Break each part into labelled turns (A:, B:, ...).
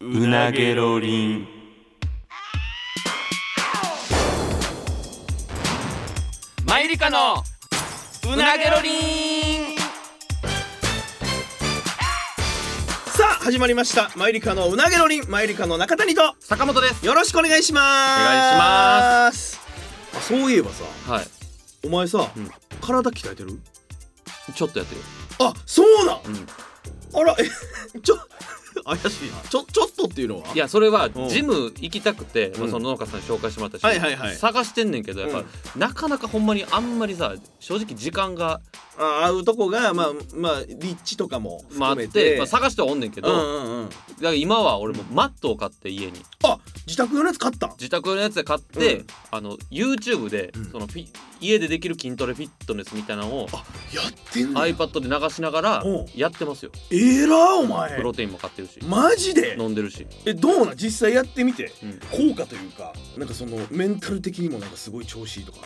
A: うなげろりん
B: マユリカのうなげろりん
C: さあ始まりましたマユリカのうなげのりんマユリカの中谷と
B: 坂本です
C: よろしくお願いします
B: お願
C: いしますあそういえばさ
B: はい
C: お前さ、
B: うん
C: 体鍛えてる
B: ちょっとやってるよ
C: あそうなん、
B: ん
C: あらえ ちょ怪しいなちょちょっとっていうのはい
B: やそれは
C: うん
B: ジム行きたくて、まあ、
C: うん
B: その農家さんに紹介してもらったし、
C: はいはいはい
B: 探してんねんけどやっぱ、
C: うん
B: なかなかほんまにあんまりさ正直時間が、
C: あ会うとこがまあまあ立地とかも
B: まあ、あ
C: 含
B: っ
C: め
B: て、
C: て、
B: まあ、探してはおんねんけど、
C: うんうんうん
B: だから今は俺もマットを買って家に
C: あ自宅用のやつ買ったん
B: 自宅のやつで買って、
C: うん
B: あの YouTube で、
C: うん
B: そのフィ家でできる筋トレフィットネスみたいなのを
C: あやってんの
B: iPad で流しながら
C: うん
B: やってますよ
C: えらお前
B: プロテインも買ってるし
C: マジで
B: 飲んでるし、
C: えどうなん実際やってみて
B: うん、
C: 効果というかなんかそのメンタル的にもなんかすごい調子いいとか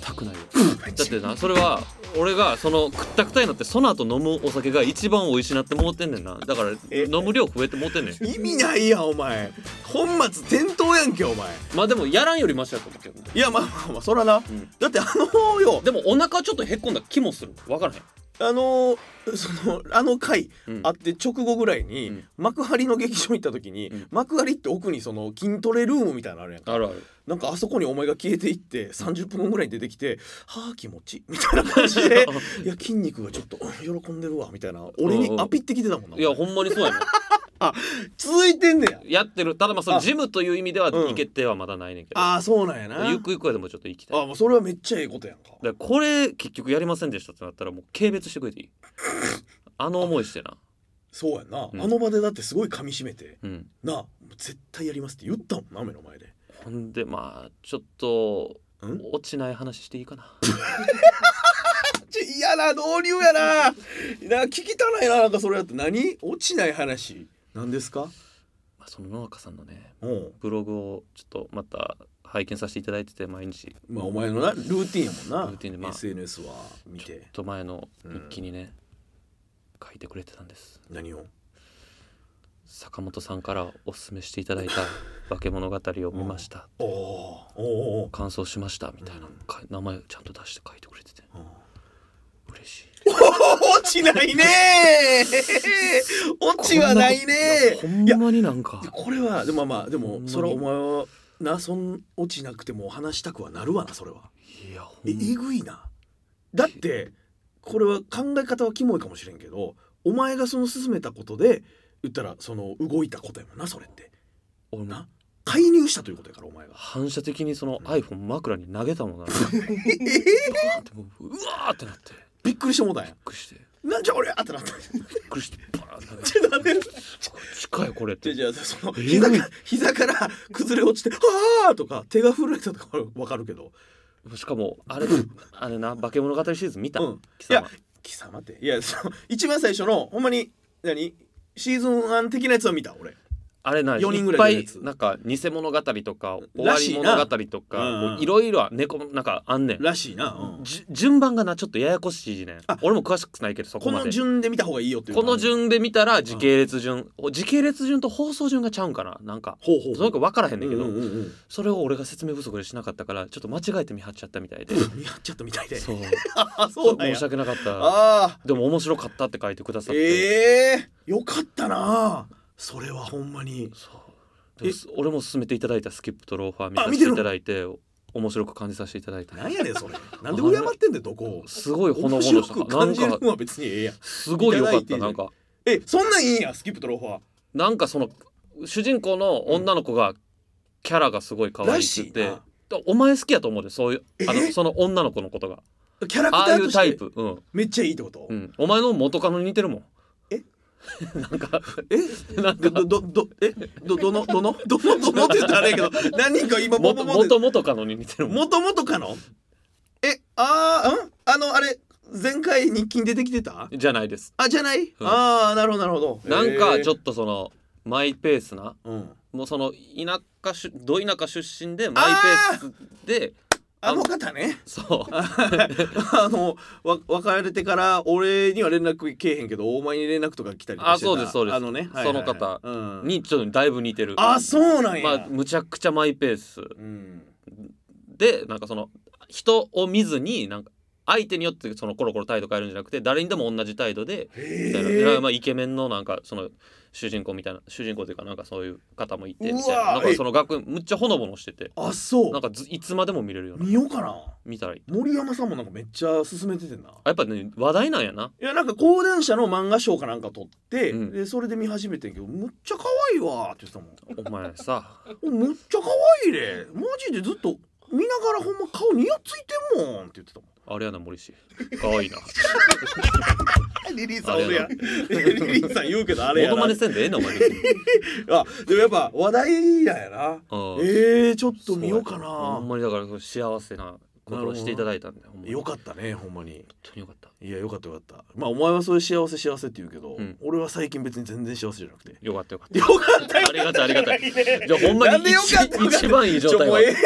B: 全くないよ
C: ある
B: だってなそれは俺がそのくったくたになってその後飲むお酒が一番美味しなってもうてんねんなだから
C: え
B: 飲む量増えてもうてんねん
C: 意味ないやんお前本末転倒やんけお前
B: まあでもやらんよりマシやと思うけどね
C: いやまあまあまあそらな、
B: ん
C: だってあのよ
B: でもお腹ちょっとへっこんだ気もする分からへん
C: あのそのあの回
B: うん
C: あって直後ぐらいに、
B: うん
C: 幕張の劇場行った時に、
B: うん
C: 幕張って奥にその筋トレルームみたいなのあるやんか
B: あるある
C: なんかあそこにお前が消えていって30分後ぐらいに出てきて「はあ気持ちいい」みたいな感じでいや筋肉がちょっとうん喜んでるわみたいな俺にアピってきてたもんない
B: やほんまにそうやな
C: 続いてんね
B: や
C: や
B: ってるただまあその
C: あ
B: ジムという意味では
C: うん
B: 行けてはまだないねんけど、
C: ああそうなんやな
B: ゆくゆくはでもちょっと行きたい
C: あもうそれはめっちゃええことやんか
B: だからこれ結局やりませんでしたってなったらもう軽蔑してくれていいあの思いしてな
C: そうやんな、
B: うん
C: あの場でだってすごい噛み締めて
B: うん
C: なあもう絶対やりますって言ったもんな目の前で
B: ほんでまあちょっと
C: ん
B: 落ちない話していいかな
C: 嫌な導入やなな聞きたないななんかそれやって何落ちない話なんですか
B: まあ、その農家さんのね
C: うん
B: ブログをちょっとまた拝見させていただいてて毎日
C: まあお前のなルーティンやもんな
B: ルーティンでまあ
C: SNS は見
B: ちょってと前の
C: うん
B: 日記にね、書いてくれてたんです
C: 何を
B: 坂本さんからおすすめしていただい た「化け物語」を見ました、
C: おーおーおー
B: 感想しましたみたいな、か名前ちゃんと出して書いてくれてて
C: おー
B: 嬉しい
C: 落ちないね 落ちはないね
B: こんなこといやほんまになんか
C: これはでもまあまあで
B: ほんま
C: も
B: に
C: それはお前はなそん落ちなくても話したくはなるわなそれはい
B: やほ
C: え
B: ん
C: えぐいなだってこれは考え方はキモいかもしれんけどお前がその進めたことで言ったらその動いたことやもんなそれって
B: 俺も
C: な介入したということやからお前が
B: 反射的にその iPhone 枕に投げたもん なバーンってもううわーってなってびっ
C: びっくりしてもうたんや
B: くりして
C: なん じゃ俺やってなった
B: びっくりしてバーンって投げて
C: ちょっと待って
B: 近いこれっ
C: じゃ
B: て
C: あじゃあその
B: えぐい
C: 膝から膝から崩れ落ちて「はあ」とか手が震えたとかはわかるけど
B: しかもあれあれな化け物語シリーズ見た、
C: うん
B: 貴
C: いや
B: 様
C: 貴様っていやその一番最初のほんまに何シーズン1的なやつは見た俺
B: あれな
C: 四人ぐ
B: いっ
C: ら
B: ぱ
C: いのや
B: い
C: つ
B: なんか偽物語とか終わ
C: らし
B: り
C: いな
B: 物語とか
C: うんうん
B: もういろいろは猫なんかあんねん
C: らしいな、うん
B: じゅ順番がなちょっとややこしいねん
C: あ
B: 俺も詳しくないけどそこ
C: こ
B: ま
C: の
B: で
C: 順で見た方がいいよっていう
B: この順で見たら時系列順、お時系列順と放送順がちゃうんかななんか
C: ほうほう
B: その子分からへんね
C: うんん
B: けど、
C: うんうんうん
B: それを俺が説明不足でしなかったからちょっと間違えて見張っちゃったみ たいで
C: 見張っちゃったみたいで。
B: そう
C: あ、
B: 申し訳なかった
C: あ
B: でも面白かったって書いてくださ
C: あ、
B: って、
C: ええよかったな。それはほんまに。
B: そうでも
C: え
B: す俺も勧めていただいたスキップとローファー見
C: あ
B: させ
C: 見
B: て
C: てる
B: いただいて面白く感じさせていただいた
C: なんやねんそ れ。なんで敬ってんだよどこを。
B: すごいほの
C: 面
B: ぼの
C: 白
B: した
C: く
B: な
C: 感
B: ん
C: じる
B: か
C: のは別にええやん。
B: すごい良かっ
C: いただいて
B: た
C: る
B: なんか
C: え、そんなんいいんやスキップとローファ
B: なんかその主人公の女の子がキャラがすごい可
C: ー。
B: 愛
C: ら
B: いって
C: し
B: 言
C: い
B: って
C: な。
B: お前好きやと思うでそういうあの
C: え
B: その女の子のことが
C: キャラク
B: あ
C: タ
B: あい
C: ーと
B: うタイ
C: して
B: プうん、
C: めっちゃいいってこと
B: う。ん、お前の元カノに似てるもん
C: え
B: なんか
C: え、
B: なんか
C: どどどどえ、どどのどのどのどのって言ったらあれやけど、何人か今ボ
B: 元
C: ボボって
B: 元々カノに似てるもん
C: もともとかのえ、ああ、うんあのあれ前回日記に出てきてた？
B: じゃないです
C: あじゃない、
B: うん
C: ああなるほどなるほど
B: なんかちょ
C: っ
B: っとそのマイペースな
C: と、うん、
B: もうその田舎出ど田舎出身でマイペースで
C: あの方ね
B: そう
C: あのわ別れてから俺には連絡けえへんけどお前に連絡とか来たりとかしてた
B: あそうですそうです
C: あのね、
B: その方
C: うん、
B: にちょっとだいぶ似てる
C: あそうなんや、
B: まあむちゃくちゃマイペース
C: うん、
B: でなんかその人を見ずになんか相手によってそのコロコロ態度変えるんじゃなくて誰にでも同じ態度でみたいな、
C: へえ
B: まあイケメンのなんかその主人公みたいな主人公というかなんかそういう方もいてみたいう
C: わ
B: な
C: ー
B: なんかその学園むっちゃほのぼのしてて
C: あそう
B: なんかずいつまでも見れるような
C: 見ようかな
B: 見たらいい
C: 森山さんもなんかめっちゃ勧めててんな
B: あやっぱね話題なんやない
C: やなんか講談社の漫画賞かなんか取って、
B: うん
C: でそれで見始めてんけどむっちゃ可愛いわーって言ってたもん
B: お前さ
C: おむっちゃ可愛いねマジでずっと見ながらほんま顔にやついてんもんって言ってたもん
B: あれやな森氏かわいいな
C: リリー
B: さんおるやん
C: リリーさん言うけどあ
B: モノマネせんでええねんお前 別に
C: あでもやっぱ話題だよな
B: うん
C: えー、ちょっと見ようか
B: そうやほん
C: な
B: まにだから幸せなことをしていただいたんでほんまに
C: よかったねほんまに
B: 本当によかった
C: いやよかったよかったまあお前はそれ幸せ幸せって言うけど、
B: うん
C: 俺は最近別に全然幸せじゃなくて
B: よかったよかった
C: よかったよ
B: ありがたいありがたいじゃあほんま
C: なん
B: に
C: でよかった
B: 一一番いい状態は
C: ちょもうええや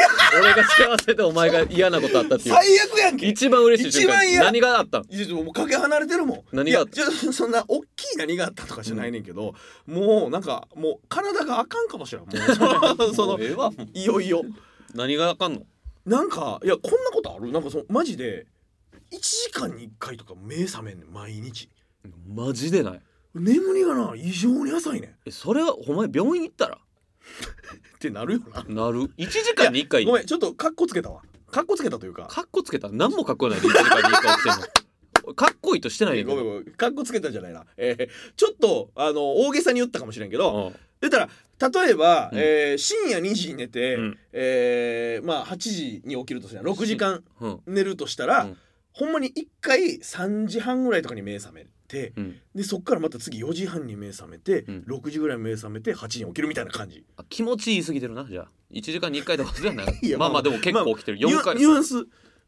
B: 俺が幸せでお前が嫌なことあったっていう
C: 悪やん
B: 一番嬉しい瞬
C: 一番
B: 間
C: 嫌
B: 何があったん
C: いやもうかけ離れてるもん
B: 何があっ
C: いやちょそんな大きい何があったとかじゃないねんけど、もうなんかもう体があかんかもしれんもうそ
B: も
C: の
B: うええわもう
C: いよいよ
B: 何があかんの
C: なんかいやこんなことあるなんかそのマジで1時間に1回とか目覚めんねん毎日
B: マジでない
C: 眠りがな異常に浅いねんっ
B: えそれはお前病院行ったら
C: てなるよな
B: なる1時間に1回
C: ごめんちょっとカッコつけたわカッコつけたというか
B: カッコつけたら何もかっこよないで1時間に1回起きてん のかっこいいとしてないねんけ
C: ご
B: ど
C: めんごめんカッコつけたじゃないな、えーちょっとあの大げさに言ったかもしれんけど、
B: うん
C: 出たら例えば、
B: うん
C: えー深夜2時に寝て、
B: うん
C: えーまあ、8時に起きるとしたら6時間
B: うん
C: 寝るとしたら、
B: うん
C: ほんまに1回3時半ぐらいとかに目覚めて
B: うん
C: でそっからまた次4時半に目覚めて、
B: うん
C: 6時ぐらいに目覚めて8時に起きるみたいな感じ
B: あ気持ちいいすぎてるなじゃあ1時間に1回とかじゃない
C: いや
B: まあ
C: ま
B: まあ
C: あ
B: でも結構起きてる4回
C: ニュアニュアンスも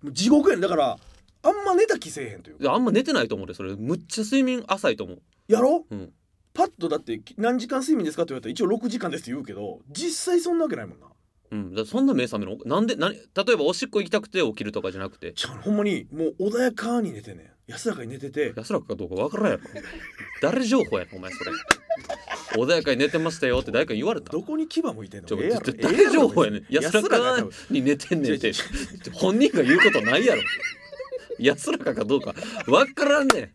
C: う地獄やねだからあんま寝た気せえへんというか
B: いやあんま寝てないと思うでそれむっちゃ睡眠浅いと思う
C: やろ、
B: うん
C: パッとだって何時間睡眠ですかって言われたら一応6時間ですって言うけど実際そんなわけないもんな
B: うんだからそんな目覚めるのなんで何例えばおしっこ行きたくて起きるとかじゃなくて
C: ちゃうほんまにもう穏やかに寝てんねん安らかに寝てて
B: 安らかかどうか分からんやろ誰情報やろお前それ穏やかに寝てましたよって誰か言われた
C: どこに牙向いてんの
B: ちょ
C: ええや
B: ち
C: ろ
B: ょ
C: ええや
B: 誰
C: ろ
B: 情報やねん
C: 別に
B: 安らかに寝てんねんって
C: 安らか
B: 本人が言うことないやろ安らかかどうか分からんねん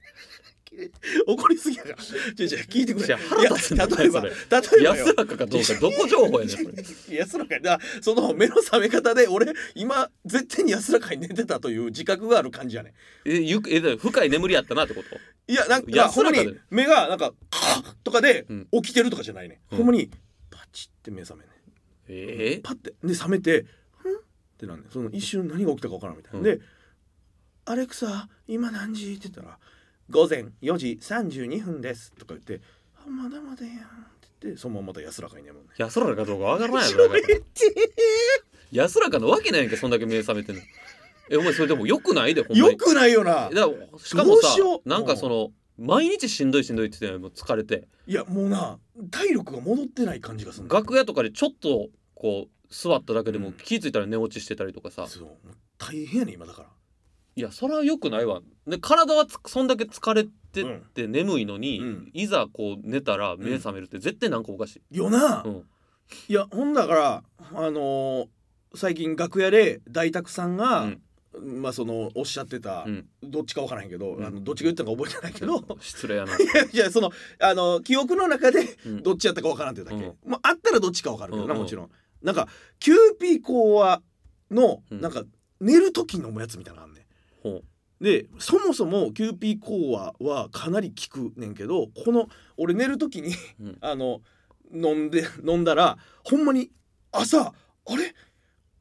C: 怒りすぎやからちょちょ聞いてくれ
B: いや腹立つんだよ
C: いや例えば
B: それ
C: 例えばよ
B: 安らかかどうかどこ情報やねんそれ
C: 安らかにだその目の覚め方で俺今絶対に安らかに寝てたという自覚がある感じやね
B: えゆくえだから深い眠りやったなってこと
C: んいやなんか
B: 安
C: ほん
B: ら
C: ま
B: かで
C: に目がなんかカーッとかで
B: うん
C: 起きてるとかじゃないね、
B: うんん
C: ほんまにパチって目覚めんねん
B: ええ
C: パッてで覚めて「ん?」ってなんねんその一瞬何が起きたか分からんみたいな、
B: うん
C: で「アレクサ今何時?」って言ったら「午前4時32分です」とか言って「あまだまだやん」って言ってそのまままた安らかに眠るね
B: 安らかかどうかわからないやろだから安らかなわけないやんけそんだけ目覚めてんのえお前それでもよくないでほんまに
C: よくないよな
B: だからしかも
C: どう
B: さ
C: しよう
B: なんかその毎日しんどいしんどいって言ってたのにもう疲れて
C: いやもうな体力が戻ってない感じがする
B: 楽屋とかでちょっとこう座っただけでも
C: うん
B: 気づいたら寝落ちしてたりとかさ、
C: そうもう大変やねん今だから
B: いやそれはよくないわで体はつそんだけ疲れてって眠いのに、
C: うん
B: いざこう寝たら目覚めるって絶対なんかおかしい、
C: よな、
B: うん
C: いやほんだからあのー最近楽屋で大沢さんが、まあそのおっしゃってた、
B: うん
C: どっちか分からへんけど、
B: うん
C: あのどっちが言ったのか覚えてないけど、
B: 失礼やな、
C: いやそのあの記憶の中で
B: うん
C: どっちやったか分からんってだけ、
B: うん
C: まああったらどっちか分かるけどな、
B: うんうん
C: もちろんなんかキューピー講話の、
B: うん
C: なんか寝る時のおやつみたいなのあんねん
B: ほう
C: でそもそもキューピー講話はかなり効くねんけどこの俺寝る時に、
B: うん
C: あの飲んで飲んだらほんまに朝「あれ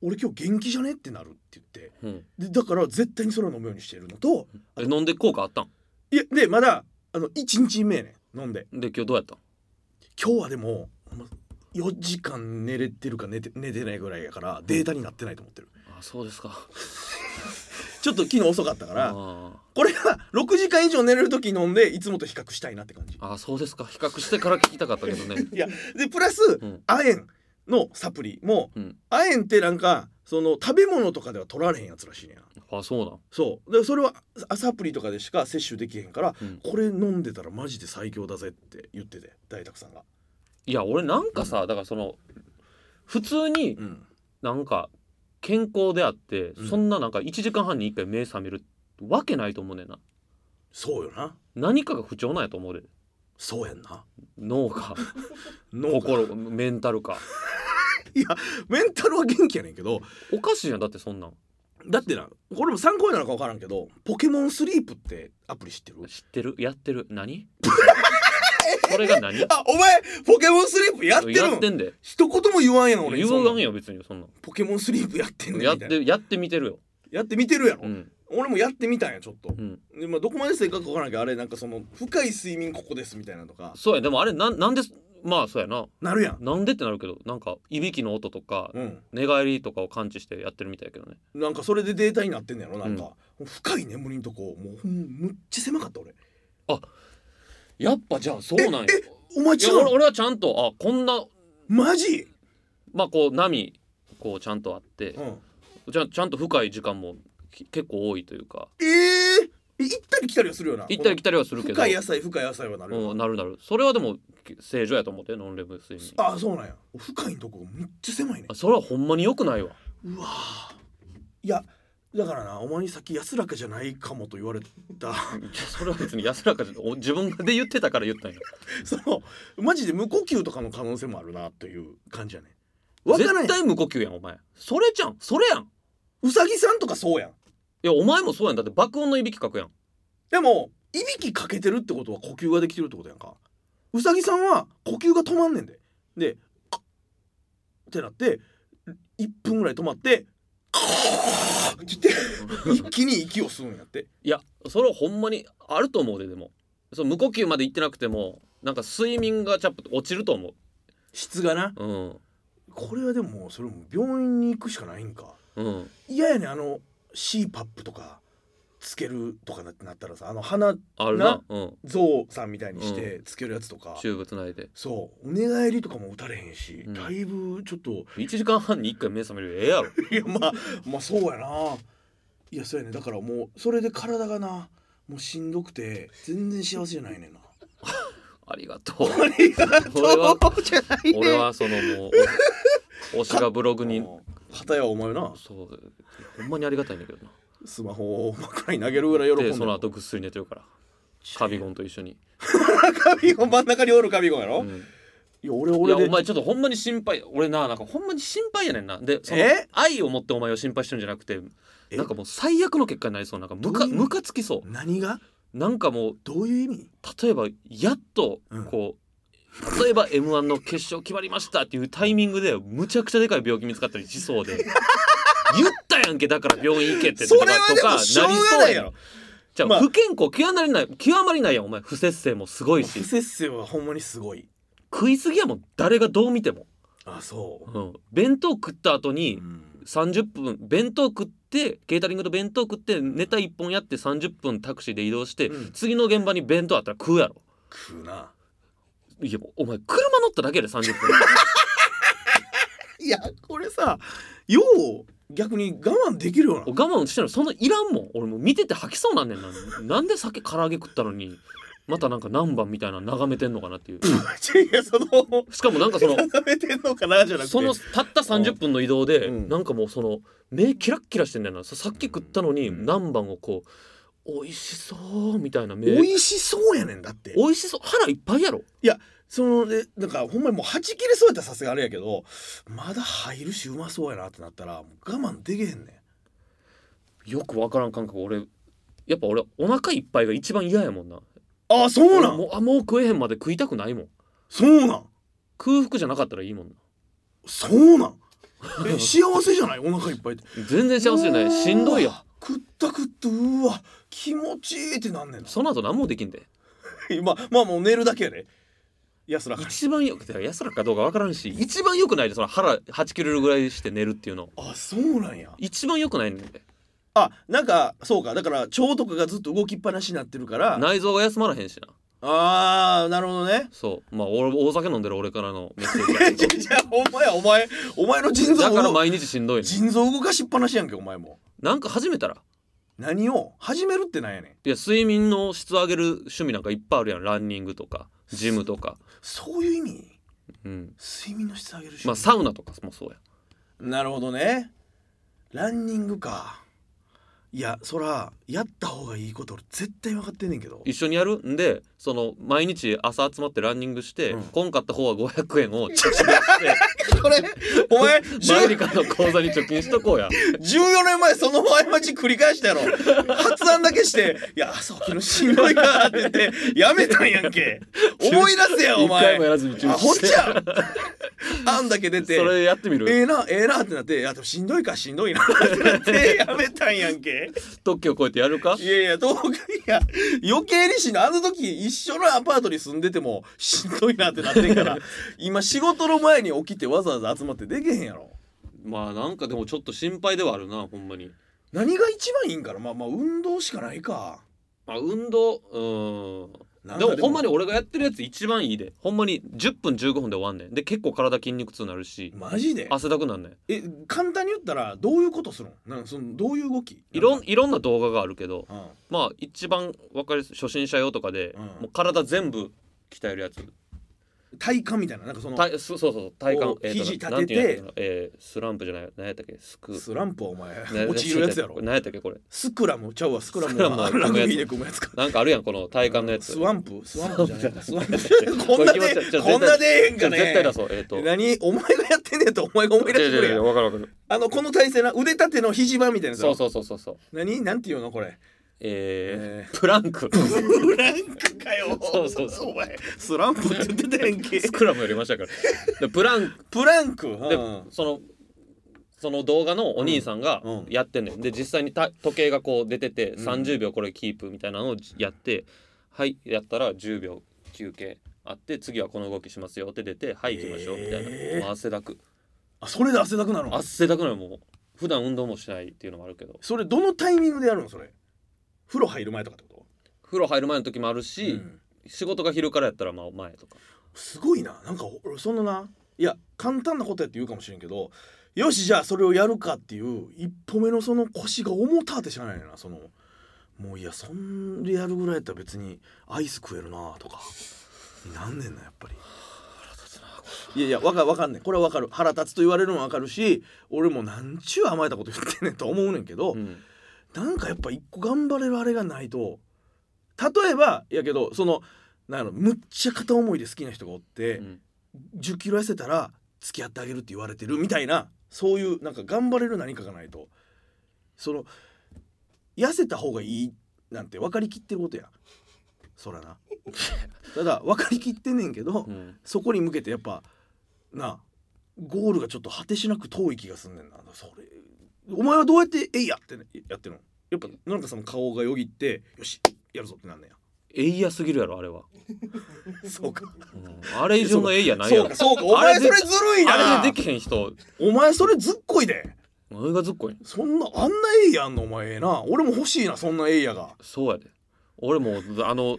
C: 俺今日元気じゃね?」ってなるって言って
B: うん
C: でだから絶対にそれを飲むようにしてるのと
B: え飲んで効果あったん
C: いやでまだあの1日目やねん飲んで
B: で今日どうやったん
C: 今日はでもほんま4時間寝れてるか寝て寝てないぐらいやからデータになってないと思ってる
B: あそうですか
C: ちょっと昨日遅かったか
B: あ
C: ら
B: ー
C: これが6時間以上寝れる時飲んでいつもと比較したいなって感じ
B: あそうですか比較してから聞きたか ったけどね
C: いやでプラス
B: うん
C: 亜鉛のサプリも
B: うん
C: 亜鉛ってなんかその食べ物とかでは取られへんやつらしいねん
B: あそうなん
C: そうでそれはあサプリとかでしか摂取できへんから、
B: うん
C: これ飲んでたらマジで最強だぜって言ってて大沢さんが、
B: いや俺なんかさだからその普通に
C: うん、
B: なんか健康であって、
C: うん
B: そんななんか1時間半に1回目覚めるわけないと思うねんな
C: そうよな
B: 何かが不調なんやと思うで
C: そうやんな
B: 脳か
C: 脳が
B: 心メンタルか
C: メンタルは元気やねんけど
B: おかしいやんだってそんなん
C: だってなこれも参考になのか分からんけどポケモンスリープってアプリ知ってる
B: 知ってるやってる 何それが何や
C: あお前ポケモンスリープやってるん
B: ってんで
C: 一言も言わんやん俺
B: 言
C: にそん
B: う
C: な
B: が
C: ん
B: んよ別にそんなん
C: ポケモンスリープやってんねん
B: やっ
C: みたいな
B: てやってみてるよ
C: やってみてるやろ、
B: うん
C: 俺もやってみたんやちょっと、
B: うん
C: でまあ、どこまで正確か分からんけどあれなんかその深い睡眠ここですみたいなのとか
B: そうやでもあれなんなんでまあそうやな
C: なるやん
B: なんでってなるけどなんかいびきの音とか
C: うん
B: 寝返りとかを感知してやってるみたいやけどね
C: なんかそれでデータになってんねやろなんか、もう深い眠りんとこもうほんむっちゃ狭かった俺
B: やっぱじゃあそうなんや
C: えお前
B: い
C: 違
B: や
C: う
B: 俺
C: の
B: 俺はちゃんとあこんな
C: マジ、
B: まあこう波こうちゃんとあって
C: うん、
B: ちゃんちゃんと深い時間もき結構多いというか
C: えー、え行ったり来たりはするよな
B: 行ったり来
C: た
B: たりはするけど
C: 深い野菜深い野菜はなるよな、
B: うん、なるなるそれはでもき正常やと思ってノンレム睡眠
C: ああそうなんや深いんとこめっちゃ狭いね
B: あそれはほんまに良くないわ
C: うわーいやだからなお前に先安らかじゃないかもと言われた
B: いやそれは別に安らかじゃお自分で言ってたから言ったんや
C: そのマジで無呼吸とかの可能性もあるなという感じやねわからん
B: 絶
C: やん
B: 対無呼吸やんお前それじゃんそれやんいう
C: さぎさんとかそうやん
B: やお前もそうやんだって爆音のいびきかく やん
C: でもいびきかけてるってことは呼吸ができてるってことやんかうさぎさんは呼吸が止まんねんででカッってなって1分ぐらい止ま ってカーって言って一気に息を吸うんやって
B: いやそれはほんまにあると思うででもその無呼吸まで行ってなくてもなんか睡眠がちゃっと落ちると思
C: 質がな
B: ううん
C: これはでもそれも病院に行くしかないんか
B: うん
C: 嫌やねんあの CPAP とかつけるとかなってなったらさあの鼻
B: あるな
C: な
B: うん
C: ゾウさんみたいにしてつけるやつとか、
B: チューブつないで
C: そうお寝返りとかも打たれへんし、
B: うん
C: だいぶちょっと
B: 1時間半に1回目覚めるよりええ やろ
C: いやまあまあそうやないやそうやねだからもうそれで体がなもうしんどくて全然幸せじゃないねんな
B: ありがとう俺は
C: そうじゃないね
B: 俺はそのもうお推しがブログに
C: 片やお前な
B: そうほんまにありがたいんだけどな
C: スマホを枕に投げるぐらい喜んで
B: で
C: る
B: その後ぐっすり寝てるからカビゴンと一緒に、
C: カビゴン真ん中におるカビゴンやろ、
B: うん
C: い
B: い
C: や俺
B: や
C: 俺で
B: お前ちょっとほんまに心配俺ななんかほんまに心配やねんなでその
C: え
B: 愛を持ってお前を心配してるんじゃなくて
C: え
B: なんかもう最悪の結果になりそうなんかム
C: ど
B: カ
C: ういう
B: ムカつきそ
C: 何が
B: うなんかもう
C: どういう意味
B: 例えばやっとこう、例えば m 1の決勝決まりましたっていうタイミングでむちゃくちゃでかい病気見つかったりしそう で言ったやんけだから病院行けって
C: それはでもしょうがないやろ
B: じゃあ、
C: まあ
B: 不健康極まりない極まりないやんお前不節制もすごいし
C: 不摂生はほんまにすごい
B: 食いすぎやもん誰がどう見ても、
C: あそう、
B: うん、弁当食った後に
C: うん
B: 30分弁当食ってケータリングと弁当食ってネタ1本やって30分タクシーで移動して、
C: うん
B: 次の現場に弁当あったら食うやろ
C: 食うない
B: やもうお前車乗っただけで30分
C: いやこれさよう逆に我慢できるような
B: 我慢してるのそんないらんもん俺もう見てて吐きそうなんねんななんで酒唐揚げ食ったのにまたなんか南蛮みたいなの眺めてんのかな っていう
C: いやその
B: しかもなんか その
C: 食べてんのかなじゃなくて
B: そのたった30分の移動で、
C: うん
B: なんかもうその目キラッキラしてんだよなささっき食ったのに
C: うん
B: 南蛮をこう美味しそうみたいな目
C: 美味しそうやねんだって
B: 美味しそう腹いっぱいやろ
C: そのでなんかほんまにもうはち切れそうやったらさすがあれやけどまだ入るしうまそうやなってなったらもう我慢できへんね
B: よくわからん感覚俺やっぱ俺お腹いっぱいが一番嫌やもんなん
C: あそうな
B: 俺も
C: ん
B: うあもう食えへんまで食いたくないもん
C: そうなん
B: 空腹じゃなかったらいいもんな
C: そうなんえ幸せじゃないお腹いっぱいって
B: 全然幸せじゃな
C: う
B: い
C: わ
B: しんどいよ
C: 食った食ったうわ気持ちいいってなんねんな
B: その後何もできんで
C: まあまあもう寝るだけやで安らかに
B: 一番よくて安らかどうかわからんし一番よくないでその腹8キロぐらいして寝るっていうの
C: あそうなんや
B: 一番よくないねんで
C: あなんかそうかだから腸とかがずっと動きっぱなしになってるから
B: 内臓が休まらへんしな
C: ああなるほどね
B: そうまあ俺大酒飲んでる俺からのメッセージ やけど
C: じゃあほんまやお前お前の腎臓
B: だから
C: を
B: 毎日しんどいね
C: 腎臓動かしっぱなしやんけお前も
B: なんか始めたら
C: 何を始めるってなんやねん
B: いや睡眠の質上げる趣味なんかいっぱいあるやんランニングとかジムとか
C: そういう意味
B: うん
C: 睡眠の質上げるし、
B: まあサウナとかもそうや
C: なるほどねランニングかいやそらやった方がいいこと俺絶対分かってんねんけど
B: 一緒にやるんでその毎日朝集まってランニングして、
C: うん
B: 今買った方は500円 を貯金して
C: これお前
B: マイ
C: 10
B: リカの口座に貯金しとこうや
C: 14年前その過ち繰り返したやろ発案だけして「いや朝起きるのしんどいから」って言ってやめたんやん け思い出せやお
B: 一回
C: 前
B: もやらずに
C: あ
B: 貯金
C: ほっ
B: して
C: ちゃん 案だけ出て
B: それやってみる
C: ええなええなってなっていやでもしんどいかしんど いなってなってやめたんやんけ
B: 特許を超えてやるか
C: いやいやどうかいや余計にしんどいあの時一緒のアパートに住んでてもしんどいなってなってんから 今仕事の前に起きてわざわざ集まってできへんやろ
B: まあなんかでもちょっと心配ではあるなほんまに
C: 何が一番いいんかなまあまあ運動しかないか
B: まあ運動うん
C: なん
B: で
C: か
B: もほんまに俺がやってるやつ一番いいでほんまに10分15分で終わんねんで結構体筋肉痛になるし
C: マジで
B: 汗だくなんねん
C: え簡単に言ったらどういうことするのなんかそのどういう動き
B: いろ
C: ん
B: んいろんな動画があるけど
C: うんあ
B: まあ一番わかりやすい初心者用とかで、
C: うん
B: もう体全部鍛えるやつ
C: 体幹みたいななんかその
B: 体そうそうそう体
C: こ
B: 幹
C: う、
B: えーと
C: 肘立てて
B: なんいうやつやろえースランプじゃない何やったっけスク
C: スランプはお 前
B: な
C: 落ちるやつやろ
B: 何やったっけこれ
C: スクラムちゃうわスクラム
B: スクラム
C: は
B: は
C: ラグビーで組むやつか
B: なんかあるやんこの体幹のやつ
C: スワンプスワンプじゃないなスワンプ
B: こ
C: こ
B: れ
C: んな
B: 気持ち悪いち
C: で
B: ょ
C: こんなでええん
B: じ
C: か
B: ゃあ絶対
C: ね
B: 出そうえっ、と
C: 何お前がやってんねやとお前が思い出してくれや
B: 分かる分かる
C: あのこの体勢な腕立ての肘場みたいなやつや
B: そ
C: ろ
B: うそうそうそうそう
C: 何なんていうのこ れ
B: えー
C: え
B: プラン ク
C: ブランクかよ
B: そうそうそう
C: お前スランプって言ってたやん け
B: スクラムよりましたからでプランク
C: プランクうん
B: でそのその動画のお兄さんが
C: うんうん
B: やってんねんで実際にた時計がこう出てて
C: うん
B: 30秒これキープみたいなのをやって、はいやったら10秒休憩あって次はこの動きしますよって出てはい行きましょうみたいな、
C: へー
B: もう汗だく
C: あそれで汗だくなの
B: 汗だくなるもう普段運動もしないっていうのもあるけど
C: それどのタイミングでやるのそれ風呂入る前とかってこ
B: 風呂入る前の時もある
C: と、
B: し、仕事が昼からやったらまあ前とか
C: すごいななんか俺そんなないや簡単なことやって言うかもしれんけどよしじゃあそれをやるかっていう一歩目のその腰が重たってしゃあないねんなそのもういやそんでやるぐらいやったら別にアイス食えるなとかなんねんなやっぱりいやいやわかわかんねんこれはわかる腹立つと言われるのもわかるし俺もなんちゅう甘えたこと言ってんねんと思うねんけど、
B: うん
C: なんかやっぱ一個頑張れるあれがないと例えばやけどそのなんやろむっちゃ片思いで好きな人がおって、
B: うん
C: 10キロ痩せたら付き合ってあげるって言われてるみたいなそういうなんか頑張れる何かがないとその痩せた方がいいなんて分かりきってることやそ らなただ分かりきってんねんけど、
B: うん
C: そこに向けてやっぱなあゴールがちょっと果てしなく遠い気がすんねんなそれお前はどうやって「えいや」ってねやってるのやっぱなんかその顔がよぎって「よしやるぞ」ってなんねん や
B: えいやすぎるやろあれは、
C: そうか
B: うんあれ以上のえいやないや
C: そう
B: ろ
C: かそうかお前それずるい
B: あ
C: な
B: れでできへん人
C: お前それずっこいで
B: 俺がずっこいねん
C: そんなあんなエイヤあんのお前ええな俺も欲しいなそんなエイヤが
B: そうやで俺もあの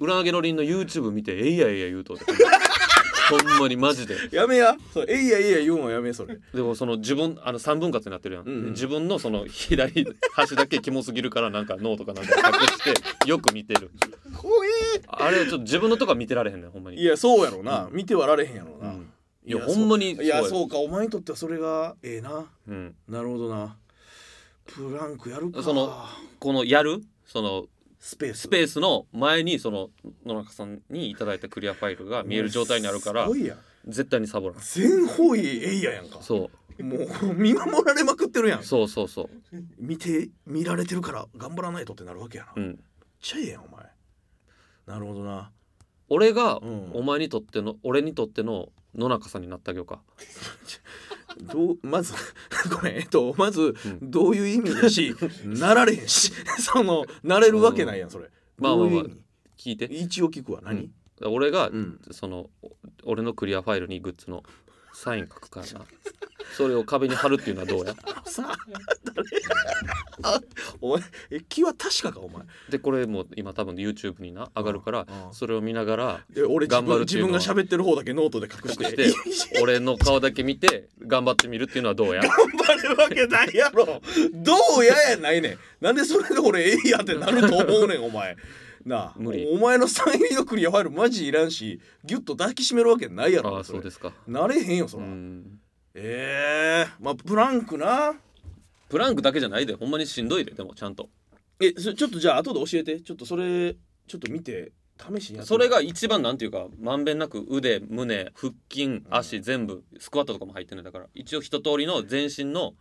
B: 裏揚げのりんの YouTube 見てえいやえいや言うとってほんまにマジで
C: やめやそうエイヤエイヤ言うのはやめ それ
B: でもその自分あの3分割になってるやん、
C: うんうん
B: 自分のその左端だけキモすぎるからなんかノートかなんか隠してよく見てる
C: 怖え
B: あれちょっと自分のとこは見てられへんねんほんまに
C: いやそうやろな、見てはられへんやろ
B: う
C: な、
B: んいやほんまに
C: いや
B: そうや
C: そうかお前にとってはそれがええな
B: うん、
C: なるほどな。プランクやるか。
B: そのこのやるその
C: スペース。
B: スペースの前にその野中さんにいただいたクリアファイルが見える状態になるから
C: すごいやん。
B: 絶対にサボらん
C: 全方位エイヤやんか。
B: そ
C: もう見守られまくってるやん
B: う。そうそうそう
C: 見て見られてるから頑張らないとってなるわけやな。
B: う
C: めっ
B: ん
C: ちゃええやんお前。なるほどな。
B: 俺が
C: うん
B: お前にとっての、俺にとっての野中さんになってあげようか
C: どうまず ごめんえっとまず
B: うん
C: どういう意味 やし、なられへんし そのなれるわけないやんそれ。
B: まあまあまあ
C: どういう
B: 聞い
C: 意
B: て
C: 味一応聞くわ何？
B: 俺が、
C: うん
B: そのお俺のクリアファイルにグッズのサイン書くからなそれを壁に貼るっていうのはどう や
C: さあ誰あお前え気は確かかお前
B: でこれも今多分 YouTube にな上がるから
C: うん
B: それを見なが ら
C: で俺自
B: 頑張
C: 分
B: るって
C: 自
B: いう
C: 分
B: の
C: が
B: は
C: 喋ってる方だけノートで隠して
B: 隠俺の顔だけ見て頑張ってみるっていうのはどうや
C: 頑張るわけないやろどうややないねんなんでそれで俺ええやってなると思うねんお前なあ
B: 無理
C: お前のサイン入りのクリアファイルマジいらんしギュッと抱きしめるわけないやろ
B: ああそうですすか
C: なれへんよそうら、
B: ん
C: ええまあプランクな
B: プランクだけじゃないでほんまにしんどいででもちゃんと
C: えそちょっとじゃあ後で教えてちょっとそれちょっと見て試しにやってみる
B: それが一番なんていうかまんべんなく腕胸腹筋足全部スクワットとかも入ってるんだから一応一通りの全身の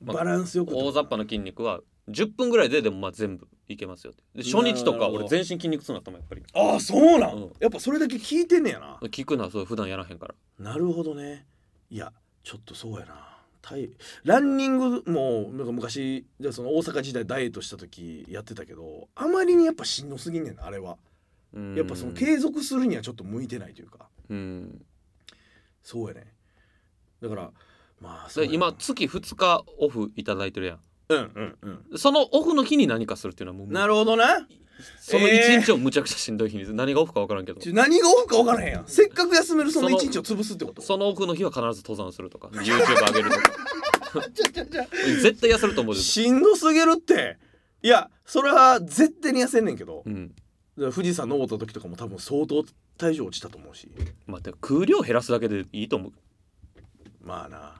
B: まあ
C: バランスよく
B: 大雑把な筋肉は10分ぐらいででもまあ全部いけますよってで初日と
C: な
B: か
C: るほど
B: 俺全身筋肉痛になったもんやっぱり
C: ああそうなん、
B: うん
C: やっぱそれだけ聞いてんねやな
B: 聞くのはそう普段やらへんから
C: なるほどねいやちょっとそうやなタイランニングもなんか昔じゃあその大阪時代ダイエットした時やってたけどあまりにやっぱしんどすぎんねんなあれは
B: うん
C: やっぱその継続するにはちょっと向いてないというか
B: うん
C: そうやねだからまあそう
B: で
C: やな
B: 今月2日オフいただいてるや
C: うんうんうん
B: んそのオフの日に何かするっていうのはもう
C: なるほどな
B: その
C: えー
B: 一日をむちゃくちゃしんどい日に何がオフか分からんけど
C: ちょ何がオフか分からへんやんせっかく休めるその
B: その
C: 一日を潰すってこと
B: そのオフの日は必ず登山するとか YouTube 上げるとか
C: ちゃちゃちゃ
B: 絶対痩せると思うで
C: しんどすぎるっていやそれは絶対に痩せんねんけど
B: うん
C: だから富士山登った時とかも多分相当体重落ちたと思うし
B: まあ、てか空量減らすだけでいいと思う
C: まあな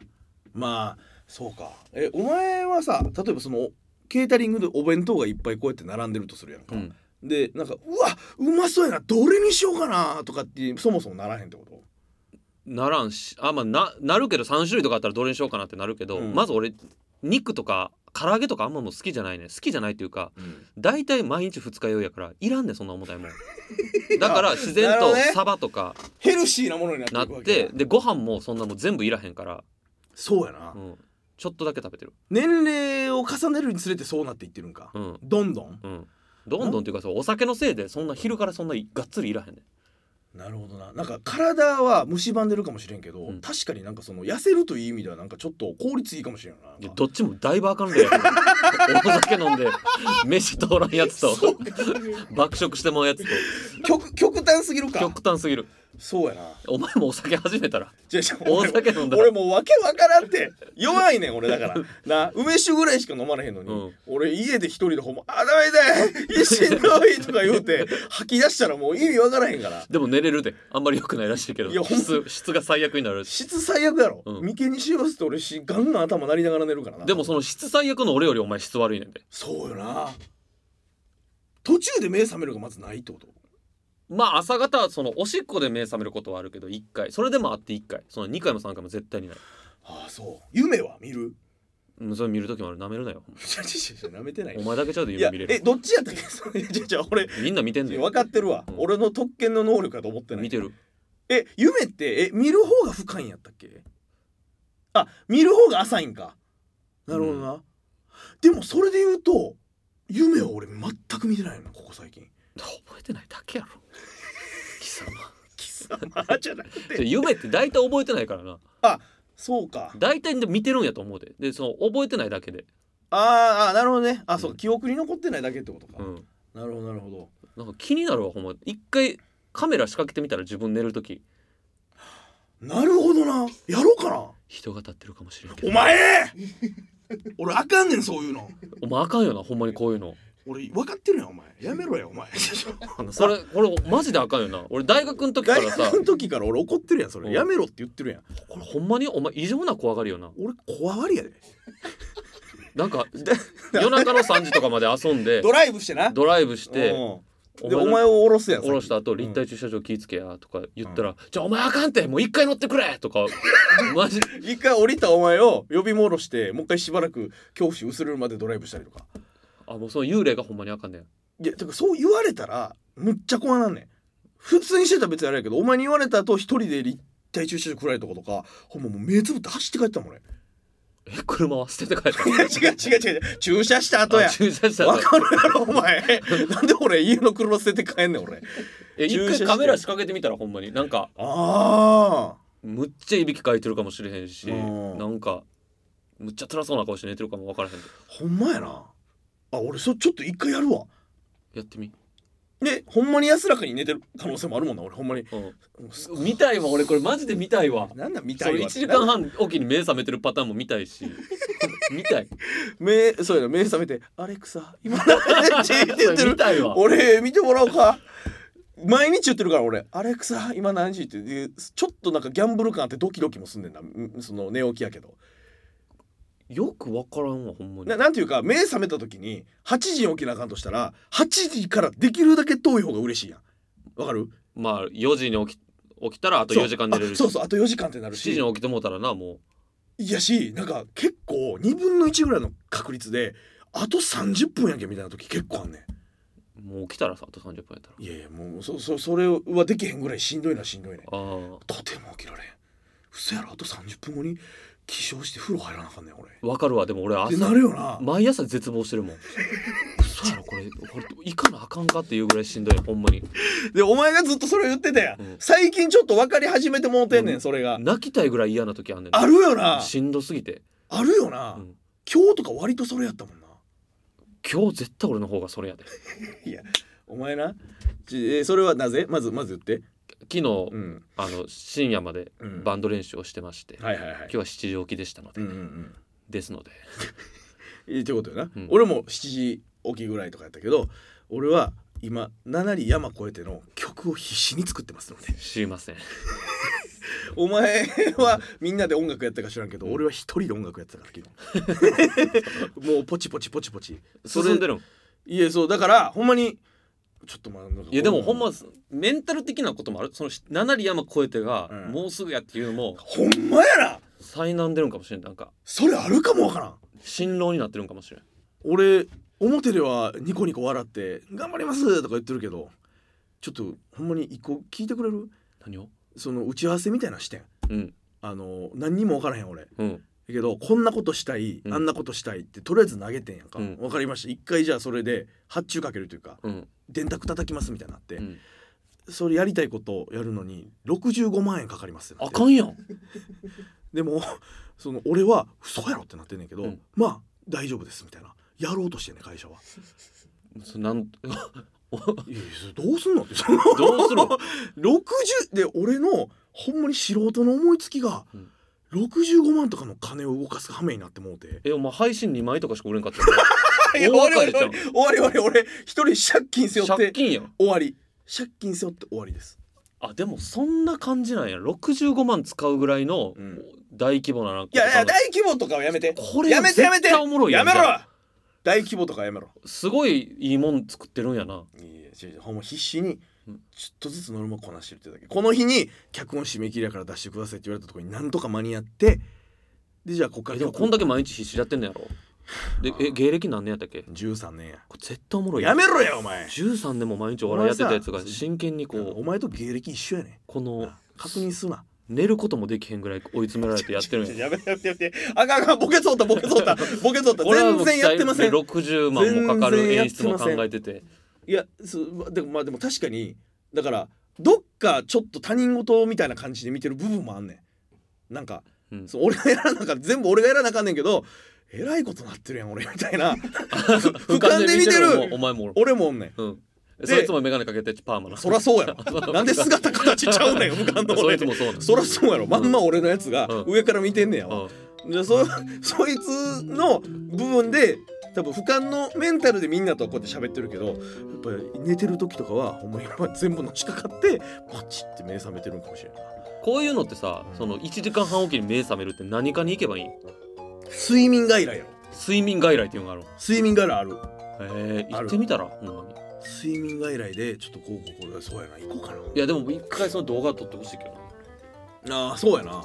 C: まあそうかえお前はさ例えばそのケータリングでお弁当がいっぱいこうやって並んでるとするやんか、
B: うん
C: でなんかうわうまそうやなどれにしようかなとかってそもそもならへんってこと
B: ならんしあまあななるけど3種類とかあったらどれにしようかなってなるけど、
C: うん
B: まず俺肉とか唐揚げとかあんまもう好きじゃないね好きじゃないっていうか大体毎日二日酔いやからいらんねんそんな重たい もんだから自然
C: なるほ
B: と
C: どね
B: サバとか
C: ヘルシーなものになって
B: ないっ
C: くわけ
B: て
C: や
B: でご飯もそんなもう全部いらへんから、
C: そうやな、
B: うん、ちょっとだけ食べてる
C: 年齢を重ねるにつれてそうなっていってるんか、
B: うん
C: どんどん
B: うんどんどんっていうかそうお酒のせいでそんな昼からそんながっつりいらへんねん
C: なるほどななんか体は蝕んでるかもしれんけど、
B: うん
C: 確かになんかその痩せるという意味ではなんかちょっと効率いいかもしれんよないな
B: や
C: んか
B: どっちもだいぶあかんねやお酒飲んで飯通らんやつと
C: そう
B: 爆食してもうやつと
C: 極極端すぎるか
B: 極端すぎる
C: そうやな
B: お前もお酒始めたら
C: じゃあじゃあ
B: お
C: 俺も
B: 酒飲んだら
C: 俺もう訳わからんって弱いねん俺だ からな梅酒ぐらいしか飲まれへんのに、
B: うん
C: 俺家で一人でほんま「あダメだしんどい」とか言うて 吐き出したらもう意味わからへんから
B: でも寝れるであんまり良くないらしいけど
C: いやほんま
B: 質質が最悪になるし
C: 質最悪やろ、
B: うん
C: 眉間にしわすと俺しガンガン頭鳴りながら寝るからな
B: でもその質最悪の俺よりお前質悪いねんで
C: そうよな途中で目覚めるがまずないってこと
B: まあ朝方そのおしっこで目覚めることはあるけど1回それでもあって1回その2回も3回も絶対にない
C: ああそう夢は見 る
B: うんそれ見るときもあるなめるなよ
C: ちょちょちょちょなめてない
B: お前だけちゃうと
C: い
B: 夢
C: や
B: 見れ
C: え
B: る
C: どっちやったっけ それじゃじゃ俺
B: みんな見てんだ
C: 分
B: よ
C: かってるわ、
B: うん
C: 俺の特権の能力だと思ってない
B: 見てる
C: え夢ってえ見る方が深いんやったっけあ見る方が浅いんかなるほどな、でもそれで言うと夢は俺全く見てないのここ最 近
B: 覚えてないだけ やろ貴様
C: 貴様じゃなく て
B: 夢って大体覚えてないからな
C: そうか
B: 大体で見てるんやと思うででその覚えてないだけで、
C: あーあーなるほどねあそう
B: う
C: か記憶に残ってないだけってことか、
B: うん、
C: なるほどなるほど
B: なんか気になるわほんま一回カメラ仕掛けてみたら自分寝る時
C: なるほどなやろうかな
B: 人が立ってるかもしれんけど
C: お前 俺あかんねんそういうの
B: お前あかんよなほんまにこういうの
C: 俺分かってるやんお前やめろやお 前
B: それこれマジであかんよな俺大学の時か
C: 大
B: らさ
C: 学の時から俺怒ってるやんそれ
B: うん
C: やめろって言ってるやん
B: これほんまにお前異常な怖がりよな
C: 俺怖がりやで
B: なん か夜中の3時とかまで遊んで
C: ドライブしてな
B: ドライブして
C: うんでお前を降ろすやん
B: 降ろした後
C: 先
B: 立体駐車場気ぃつけやとか言ったら「じゃあお前あかんってもう一回乗ってくれ!」とかマジ
C: うん一回降りたお前を呼び戻してもう一回しばらく恐怖心薄れるまでドライブしたりとか
B: あもうその幽霊がほんまにあかんねん
C: いやてかそう言われたらむっちゃ怖なんねん普通にしてたら別にあれやけどお前に言われた後一人で立体駐車場来られたことかほんまもう目つぶって走って帰ったもん 俺
B: え車は捨てて帰った
C: いや違う違う違う違う駐車した後や
B: あ駐車した
C: わかるやろ お前なんで俺家の車捨てて帰んねん俺
B: え一
C: 駐車し
B: 回
C: て
B: カメラ仕掛けてみたらほんまになんか
C: ああ
B: 無むっちゃいびきかいてるかもしれへんし
C: うん
B: なんかむっちゃ辛そうな顔して寝てるかも分からへん
C: ほんまやなあ俺それちょっと一回やるわ
B: やってみ、
C: でほんまに安らかに寝てる可能性もあるもんな俺ほんまに
B: うん、見たいわ俺これマジで見たいわ
C: なんだ見た
B: そ
C: い
B: れ
C: わ
B: 1時間半おきに目覚めてるパターンも見たい し見たい
C: 目そうやな目覚めて「アレクサ今の話」って言って
B: それ
C: る
B: 見たいわ
C: 俺見てもらおうか毎日言ってるから俺「アレクサ今何時?」ってでちょっとなんかギャンブル感あってドキドキもすんねんなうんその寝起きやけど
B: よく分からんわほんまに
C: ななんていうか目覚めた時に8時に起きなあかんとしたら8時からできるだけ遠い方が嬉しいやんわかる
B: まあ4時に起き起きたらあと
C: そう
B: 4時間寝れる
C: あ
B: し
C: そうそうあと4時間ってなる
B: 7
C: し
B: 時に起きてもうたらなも
C: いやしなんか結構2分の1ぐらいの確率であと30分やんけみたいな時結構あんねん
B: うもう起きたらさあと30分やったら
C: いやいやもうそそそれはできへんぐらいしんどいなしんどいね
B: あー
C: とても起きられん嘘やろあと30分後に起床して風呂入らなあかんねん俺
B: 分かるわでも俺
C: って
B: 朝
C: なるよな、
B: 毎朝絶望してるもん嘘やろこれこれ行かなあかんかっていうぐらいしんどいほんまに
C: でお前がずっとそれ言ってたやん、
B: うん
C: 最近ちょっと分かり始めてもうてんね
B: うん
C: んそれが
B: 泣きたいぐらい嫌な時あんねん
C: あるよな
B: しんどすぎて
C: あるよな、
B: うん
C: 今日とか割とそれやったもんな
B: 今日絶対俺の方がそれやで昨
C: お前なちえーそれはなぜまずまず言って
B: 日、
C: うん
B: あの深夜まで
C: うん
B: バンド練習をしてまして、
C: はいはいはい
B: 今日は7時起きでしたので、
C: うんうんうん
B: ですので
C: えってことよな、
B: うん
C: 俺も7時起きぐらいとかやったけど俺は今7里山越えての曲を必死に作ってます ので
B: 知りません
C: お前はみんなで音楽やったか知らんけど、俺は一人で音楽やってたから昨 日もうポチポチポチポチそれ
B: 進んでるん
C: いやそうだからほんまにちょっとまあなんか
B: いやでもほんまメンタル的なこともあるその7里山越えてが、
C: うん
B: もうすぐやっていうのも
C: ほんまやな
B: 災難出るんかもしれんなんか
C: それあるかもわからん
B: 辛労になってるんかもしれん
C: 俺表ではニコニコ笑って「頑張ります」とか言ってるけどちょっとほんまに一個聞いてくれる
B: 何を
C: その打ち合わせみたいな視点
B: うん
C: あの何にも分からへん俺だ
B: うん
C: けどこんなことしたい
B: うん
C: あんなことしたいってとりあえず投げてんやんか、
B: うん
C: 分かりました一回じゃあそれで発注かけるというか
B: うん
C: 電卓叩きますみたいになって、
B: うん
C: それやりたいことをやるのに65万円かかりますって
B: あ
C: なって
B: かんやん
C: でも その俺は嘘やろってなってんねんけど、
B: うん
C: まあ大丈夫ですみたいなやろうとしてんねん会社は
B: そなん
C: いやいやそれどうすん のってその
B: どうするの
C: 60で俺のほんまに素人の思いつきが、
B: うん
C: 65万とかの金を動かす羽目になっても うて
B: えお前配信2枚とかしか売れんかった
C: いや
B: 大赤字じゃん
C: 終わり終わり俺一人借金背負っ
B: 借
C: て
B: 金やん
C: 終わり借金背負って終わりです
B: あでもそんな感じなんや65万使うぐらいの
C: うん
B: 大規模ななんか
C: いやいや大規模とかはやめて
B: これ
C: やめてやめて
B: 絶対おもろいや
C: や
B: ん
C: めろ
B: じゃ
C: 大規模とかやめろ
B: すごいいいもん作ってるんやない
C: やいや違う違うほんま必死に
B: うん
C: ちょっとずつノルマこなしてるってだけこの日に脚本締め切りやから出してくださいって言われたところになんとか間に合ってでじゃあこっか
B: え
C: ら
B: でもこんだけ毎日必死でやってんのやろでえ芸歴何年やったっけこ
C: 13年や
B: れ絶対おもろい
C: やめ
B: ろ
C: ろやお前
B: 13年も毎日お笑いやってたやつ
C: お
B: が
C: 前さ
B: 真剣にこ
C: お
B: う
C: 前と芸歴一緒やね
B: こ
C: ん
B: の
C: 確認すな
B: 寝ることもできへんぐらい追い詰められてやってるんや
C: やめてやめてやめてあかんあかんボケそうたボケそうたボケそう た
B: これはもう
C: 全然やってません
B: 期待で60万もかかる
C: 全然や
B: 演
C: ってま
B: 出
C: せ
B: も
C: ん
B: 考えてて
C: いやそうでもまあでも確かにだからどっかちょっと他人事みたいな感じで見てる部分もあんねんなんか
B: うん
C: そう俺がやらなあかん全部俺がやらなあかんねんけどえらいことなってるやん俺みたい な俯瞰で見て
B: のも
C: る
B: お前もおる
C: 俺もおんねん
B: うん
C: で
B: そいつも眼鏡かけてパーマな
C: そらそうや ろなんで姿形ちゃうねん俯瞰の
B: そ
C: 俺
B: いつもそうなの
C: そらそうやろまんま俺のやつが
B: うん
C: 上から見てんねやわ、
B: う
C: じゃあそ そいつの部分で多分俯瞰のメンタルでみんなとこうやって喋ってるけどやっぱり寝てる時とかはほんまに今全部のしかかってパチって目覚めてるんかもしれんない
B: んこういうのってさその1時間半おきに目覚めるって何かに行けばいい
C: 睡眠外来やろ
B: 睡眠外来っていうのがある
C: 睡眠外来ある
B: えー、
C: あ
B: 行
C: る
B: ってみたらほんまに
C: 睡眠外来でちょっとこうこうこうそうやな行こうか
B: いやでも一回その動画撮ってほしいけどな
C: なああそうやな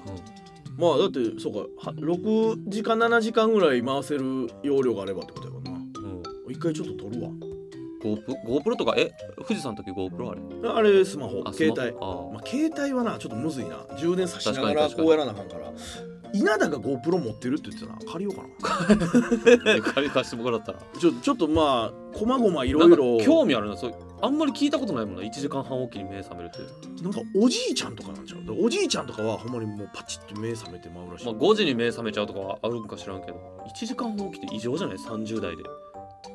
C: まあだってそうかは6時間7時間ぐらい回せる容量があればってことやもんな
B: うん、うん、
C: 一回ちょっと撮るわ
B: GoPro, GoPro とかえ富士山の時 GoPro あれ
C: あれスマホ
B: あ
C: 携
B: ス
C: 帯
B: マホ
C: まあ、携帯はなちょっとむずいな充電さしなが
B: 確からに確かに
C: こうやらなあかんから稲田が GoPro 持ってるって言ってたな借りようかな
B: ああ借り貸してもらったら
C: ちょちょっとまあこまごまい
B: い
C: ろいろ
B: 興味あるなそうあんまり聞いたことないもんな1時間半おきに目覚めるって、
C: なんかおじいちゃんとかなんちゃうだからおじいちゃんとかはほんまにもうパチッと目覚めてまうらしい、
B: まあ、5時に目覚めちゃうとかはあるんか知らんけど1時間半起きって異常じゃない30代で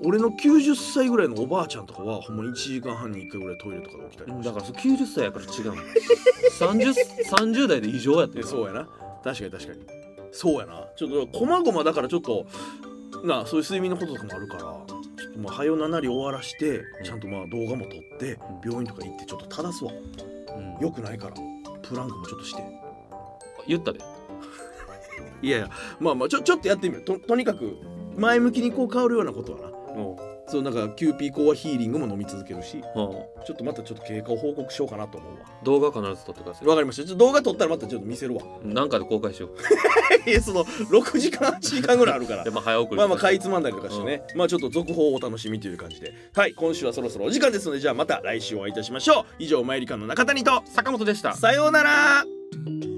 C: 俺の90歳ぐらいのおばあちゃんとかはほんま1時間半に1回ぐらいトイレとかで起きたり
B: う
C: も
B: ん
C: して
B: だからそう90歳やから違うの 30, 30代で異常やって
C: え
B: る
C: そうやな確かに確かにそうやなちょっとこまごまだからちょっとなあそういう睡眠のこととかもあるからちょっとまあ早うななり終わらして、
B: ん
C: ちゃんとまあ動画も撮って
B: ん
C: 病院とか行ってちょっと正すわ
B: うん
C: よくないからプランクもちょっとして
B: 言ったで
C: いやいやまあまあちょちょっとやってみようととにかく前向きにこう変わるようなことはな
B: も
C: そうなんかキューピーコアヒーリングも飲み続けるし
B: うん、うん
C: ちょっとまたちょっと経過を報告しようかなと思うわ
B: 動画必ず撮ってください
C: わかりましたちょっと動画撮ったらまたちょっと見せるわ
B: なんかで公開しよう
C: いやその6時間8時間ぐらいあるから
B: で、まあ、早送り
C: まあまあかいつまんだりとかしてね、まあちょっと続報をお楽しみという感じではい今週はそろそろお時間ですのでじゃあまた来週お会いいたしましょう以上マイリカの中谷と
B: 坂本でした
C: さようなら
D: 「